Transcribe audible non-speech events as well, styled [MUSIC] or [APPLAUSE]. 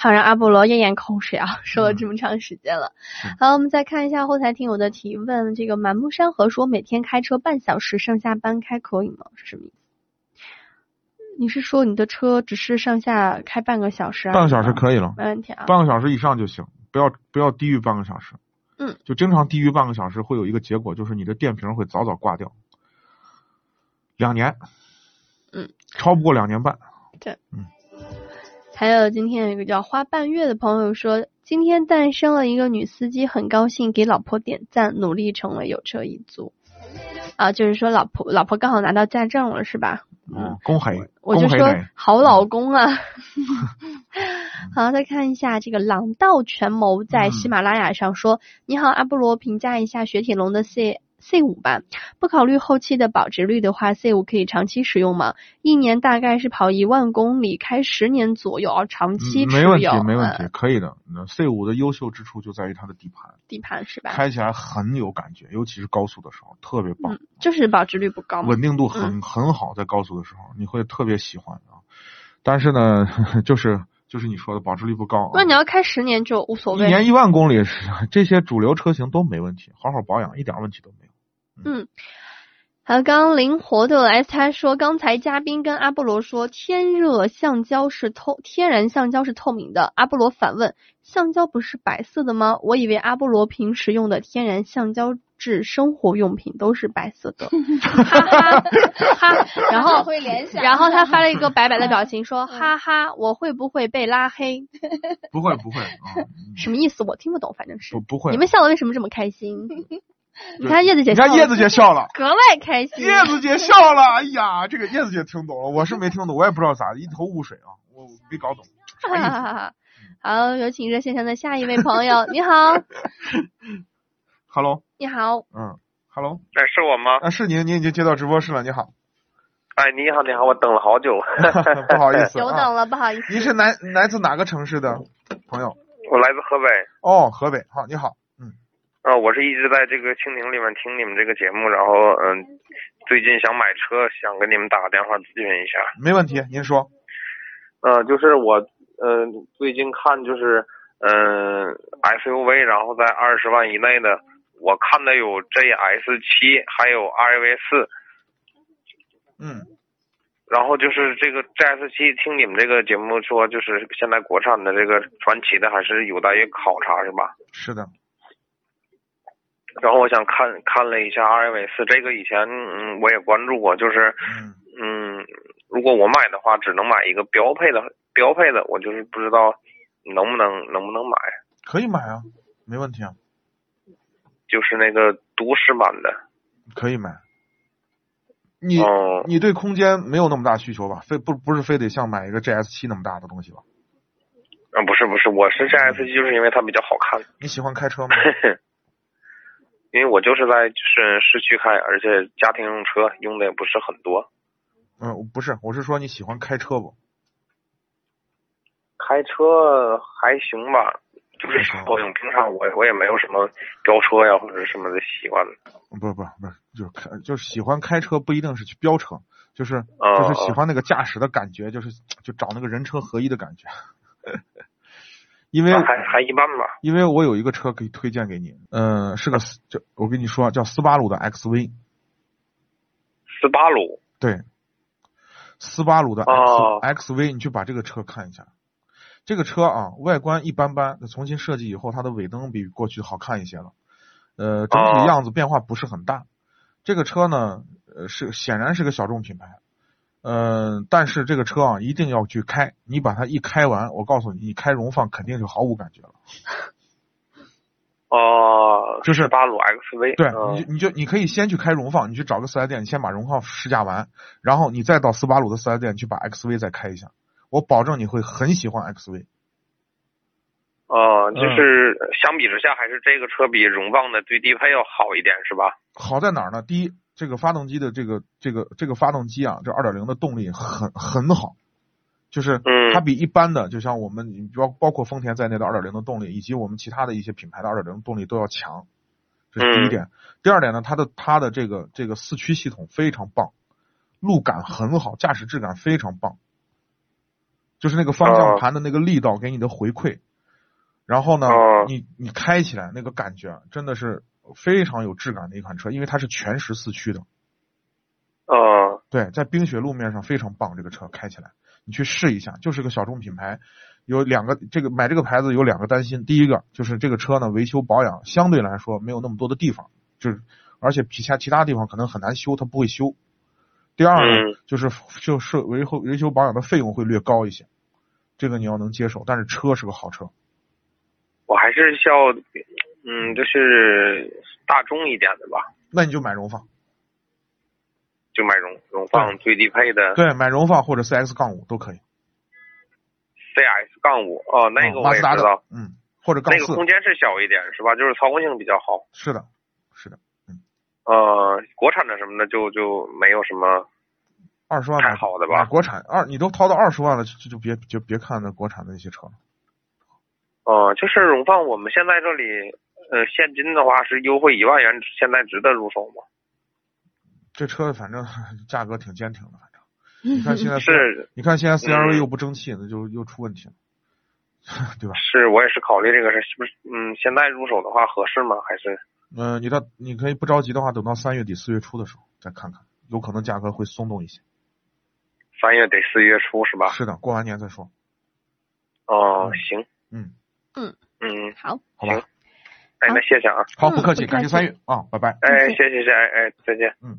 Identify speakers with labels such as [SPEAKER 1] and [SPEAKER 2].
[SPEAKER 1] 好，让阿波罗咽咽口水啊！说了这么长时间了，
[SPEAKER 2] 嗯
[SPEAKER 1] 好，我们再看一下后台听友的提问。这个满目山河说每天开车半小时，上下班开可以吗？是什么意思？你是说你的车只是上下开半个小时？啊
[SPEAKER 2] 半个小时可以了，
[SPEAKER 1] 没问题啊。
[SPEAKER 2] 半个小时以上就行，不要不要低于半个小时。
[SPEAKER 1] 嗯，
[SPEAKER 2] 就经常低于半个小时，会有一个结果，就是你的电瓶会早早挂掉，两年。
[SPEAKER 1] 嗯，
[SPEAKER 2] 超不过两年半。
[SPEAKER 1] 还有今天有一个叫花半月的朋友说，今天诞生了一个女司机，很高兴，给老婆点赞，努力成为有车一族。啊，就是说老婆老婆刚好拿到驾照了，是吧？嗯
[SPEAKER 2] 嗯，恭喜，
[SPEAKER 1] 我就
[SPEAKER 2] 恭喜
[SPEAKER 1] 说
[SPEAKER 2] 你。嗯
[SPEAKER 1] 好老公啊。 [LAUGHS] 好，再看一下这个狼道权谋
[SPEAKER 2] 嗯
[SPEAKER 1] 在喜马拉雅上说：“你好，阿波罗，评价一下雪铁龙的 C C 五吧。不考虑后期的保值率的话，C 五可以长期使用吗？一年大概是跑一万公里，开十年左右，哦，长期
[SPEAKER 2] 嗯
[SPEAKER 1] 持
[SPEAKER 2] 没
[SPEAKER 1] 有，
[SPEAKER 2] 问题，没问
[SPEAKER 1] 呃
[SPEAKER 2] 题，可以的。那 C 五的优秀之处就在于它的底盘，
[SPEAKER 1] 底盘是吧？
[SPEAKER 2] 开起来很有感觉，尤其是高速的时候，特别棒，
[SPEAKER 1] 嗯就是保值率不高嘛嗯
[SPEAKER 2] 稳。定度很很好，在高速的时候你会特别喜欢啊。但是呢， [LAUGHS] 就是就是你说的保值率不高啊，
[SPEAKER 1] 如果你要开十年就无所
[SPEAKER 2] 一
[SPEAKER 1] 谓。
[SPEAKER 2] 年一万公里是 [LAUGHS] 这些主流车型都没问题，好好保养一点问题都没有。
[SPEAKER 1] 还有嗯刚刚灵活的 S 他说，刚才嘉宾跟阿波罗说，天热橡胶是透，天然橡胶是透明的。阿波罗反问，橡胶不是白色的吗？我以为阿波罗平时用的天然橡胶制生活用品都是白色的，哈哈哈。然后
[SPEAKER 3] [LAUGHS] 会联想，
[SPEAKER 1] 然后他发了一个白白的表情，说哈哈，我会不会被拉黑？
[SPEAKER 2] 不会不会啊，
[SPEAKER 1] [LAUGHS]
[SPEAKER 2] 嗯
[SPEAKER 1] 什么意思？我听不懂，反正是
[SPEAKER 2] 不。不会。
[SPEAKER 1] 你们笑的为什么这么开
[SPEAKER 2] [LAUGHS]
[SPEAKER 1] 心？你看叶子姐
[SPEAKER 2] 人
[SPEAKER 1] 笑
[SPEAKER 2] 家
[SPEAKER 1] 得
[SPEAKER 2] 叶子姐笑了。
[SPEAKER 1] [LAUGHS] 格外开心。
[SPEAKER 2] 叶子姐笑了，哎呀，这个叶子姐听懂了，我是没听懂，我也不知道咋，一头雾水啊，我我没搞懂。
[SPEAKER 1] 哈哈哈哈。 [LAUGHS] 好，有请热线上的下一位朋友。你好，
[SPEAKER 2] Hello，
[SPEAKER 1] 你
[SPEAKER 2] [LAUGHS]
[SPEAKER 1] 好，
[SPEAKER 2] 嗯，Hello，
[SPEAKER 4] 哎，是我吗？
[SPEAKER 2] 啊，是您，您已经接到直播室了，你好， [LAUGHS]
[SPEAKER 4] 哎，你好，你好，我等了好久。
[SPEAKER 2] 不好意思
[SPEAKER 1] 久
[SPEAKER 2] 啊，
[SPEAKER 1] 等了，不好意思。
[SPEAKER 2] 您是来来自哪个城市的朋友？
[SPEAKER 4] 我来自河北，
[SPEAKER 2] 哦，河北，好，你好，
[SPEAKER 4] 啊、我是一直在这个蜻蜓里面听你们这个节目，然后嗯，最近想买车，想跟你们打个电话咨询一下。
[SPEAKER 2] 没问题，您说，
[SPEAKER 4] 呃，就是我呃最近看就是嗯、SUV，然后在二十万以内的，我看的有 GS 七，还有 RAV 四，
[SPEAKER 2] 嗯，
[SPEAKER 4] 然后就是这个 GS 七，听你们这个节目说，就是现在国产的这个传奇的还是有待于考察，是吧？
[SPEAKER 2] 是的，
[SPEAKER 4] 然后我想看看了一下阿尔维斯，这个以前嗯我也关注过，就是
[SPEAKER 2] 嗯，
[SPEAKER 4] 嗯，如果我买的话，只能买一个标配的标配的，我就是不知道能不能能不能买，
[SPEAKER 2] 可以买啊，没问题啊，
[SPEAKER 4] 就是那个都市版的。
[SPEAKER 2] 可以买。你
[SPEAKER 4] 哦、
[SPEAKER 2] 你对空间没有那么大需求吧？非不不是非得像买一个 GS 七那么大的东西吧？
[SPEAKER 4] 啊，不是不是，我是 GS 就是因为它比较好看，
[SPEAKER 2] 你喜欢开车
[SPEAKER 4] [LAUGHS]
[SPEAKER 2] 吗？
[SPEAKER 4] 因为我就是在就是市区开，而且家庭用车用的也不是很多。
[SPEAKER 2] 嗯，不是，我是说你喜欢开车不？
[SPEAKER 4] 开车还行吧，就是
[SPEAKER 2] 还行
[SPEAKER 4] 少用。平常我我也没有什么飙车呀或者什么的习惯。
[SPEAKER 2] 不不不，就是开就是喜欢开车，不一定是去飙车，就是
[SPEAKER 4] 哦
[SPEAKER 2] 就是喜欢那个驾驶的感觉，就是就找那个人车合一的感觉。 [LAUGHS] 因为
[SPEAKER 4] 啊还还一般吧。
[SPEAKER 2] 因为我有一个车可以推荐给你，嗯、是个斯就我跟你说啊叫斯巴鲁的 XV，
[SPEAKER 4] 斯巴鲁
[SPEAKER 2] 对，斯巴鲁的 X、
[SPEAKER 4] 哦
[SPEAKER 2] XV，你去把这个车看一下。这个车啊，外观一般般，重新设计以后，它的尾灯比过去好看一些了。呃，整体
[SPEAKER 4] 哦
[SPEAKER 2] 样子变化不是很大。这个车呢，呃，是显然是个小众品牌。嗯、但是这个车啊，一定要去开。你把它一开完，我告诉你，你开荣放肯定就毫无感觉了。
[SPEAKER 4] 哦，
[SPEAKER 2] 就是
[SPEAKER 4] 斯巴鲁 XV，
[SPEAKER 2] 对，
[SPEAKER 4] 嗯
[SPEAKER 2] 你就你就你可以先去开荣放，你去找个四 S 店，你先把荣放试驾完，然后你再到斯巴鲁的四 S 店去把 XV 再开一下。我保证你会很喜欢 XV。
[SPEAKER 4] 哦，
[SPEAKER 2] 嗯
[SPEAKER 4] 就是相比之下，还是这个车比荣放的最低配要好一点，是吧？
[SPEAKER 2] 好在哪儿呢？第一，这个发动机的这个这个这个发动机啊，这二点零的动力很很好，就是
[SPEAKER 4] 嗯
[SPEAKER 2] 它比一般的，就像我们包包括丰田在内的二点零的动力，以及我们其他的一些品牌的二点零动力都要强，这是
[SPEAKER 4] 嗯
[SPEAKER 2] 第一点。第二点呢，它的它的这个这个四驱系统非常棒，路感很好，驾驶质感非常棒，就是那个方向
[SPEAKER 4] 哦
[SPEAKER 2] 盘的那个力道给你的回馈。然后呢，
[SPEAKER 4] 哦
[SPEAKER 2] 你你开起来那个感觉啊真的是非常有质感的一款车，因为它是全时四驱的，
[SPEAKER 4] 嗯
[SPEAKER 2] 对，在冰雪路面上非常棒，这个车开起来，你去试一下，就是个小众品牌，有两个这个买这个牌子有两个担心，第一个就是这个车呢维修保养相对来说没有那么多的地方，就是而且其他其他地方可能很难修，它不会修。第二呢，
[SPEAKER 4] 嗯
[SPEAKER 2] 就是就是维护维修保养的费用会略高一些，这个你要能接受，但是车是个好车，
[SPEAKER 4] 我还是要，嗯，就是大众一点的吧，
[SPEAKER 2] 那你就买荣放。
[SPEAKER 4] 就买荣荣放最低配的
[SPEAKER 2] 对，买荣放或者 CX 杠五都可以。
[SPEAKER 4] CS 杠五，哦，那个
[SPEAKER 2] 马
[SPEAKER 4] 我
[SPEAKER 2] 自
[SPEAKER 4] 也
[SPEAKER 2] 达
[SPEAKER 4] 知
[SPEAKER 2] 的
[SPEAKER 4] 道，，
[SPEAKER 2] 嗯，或者杠
[SPEAKER 4] 那个
[SPEAKER 2] 四，
[SPEAKER 4] 空间是小一点，是吧？就是操控性比较好。
[SPEAKER 2] 是的，是的，
[SPEAKER 4] 呃，国产的什么的就就没有什么，
[SPEAKER 2] 二十万
[SPEAKER 4] 太
[SPEAKER 2] 买
[SPEAKER 4] 好了
[SPEAKER 2] 买
[SPEAKER 4] 吧
[SPEAKER 2] 国产二，你都掏到二十万了，就就就别就别看那国产的那些车了。
[SPEAKER 4] 呃，就是荣放我们现在这里，呃，现金的话是优惠一万元，现在值得入手吗？
[SPEAKER 2] 这车反正 [LAUGHS] 价格挺坚挺的，反正你看
[SPEAKER 4] [LAUGHS]
[SPEAKER 2] 现在
[SPEAKER 4] 是
[SPEAKER 2] 你看现在 CRV
[SPEAKER 4] 嗯
[SPEAKER 2] 又不争气，那就又出问题了， [LAUGHS] 对吧？
[SPEAKER 4] 是，我也是考虑这个事，是不是？嗯，现在入手的话合适吗？还是
[SPEAKER 2] 嗯、你到你可以不着急的话，等到三月底四月初的时候再看看，有可能价格会松动一些。
[SPEAKER 4] 三月得四月初是吧？
[SPEAKER 2] 是的，过完年再说，
[SPEAKER 4] 哦、
[SPEAKER 2] 嗯
[SPEAKER 4] 行，
[SPEAKER 2] 嗯，
[SPEAKER 4] 嗯，
[SPEAKER 1] 好，
[SPEAKER 2] 好吧
[SPEAKER 4] 行？哎，那谢谢啊，
[SPEAKER 2] 好，
[SPEAKER 1] 嗯
[SPEAKER 2] 不客气，
[SPEAKER 1] 不客
[SPEAKER 2] 感谢
[SPEAKER 1] 气
[SPEAKER 2] 参与啊，拜拜。
[SPEAKER 4] 哎，
[SPEAKER 1] 谢谢
[SPEAKER 4] 谢谢谢谢，哎哎，再见。
[SPEAKER 2] 嗯，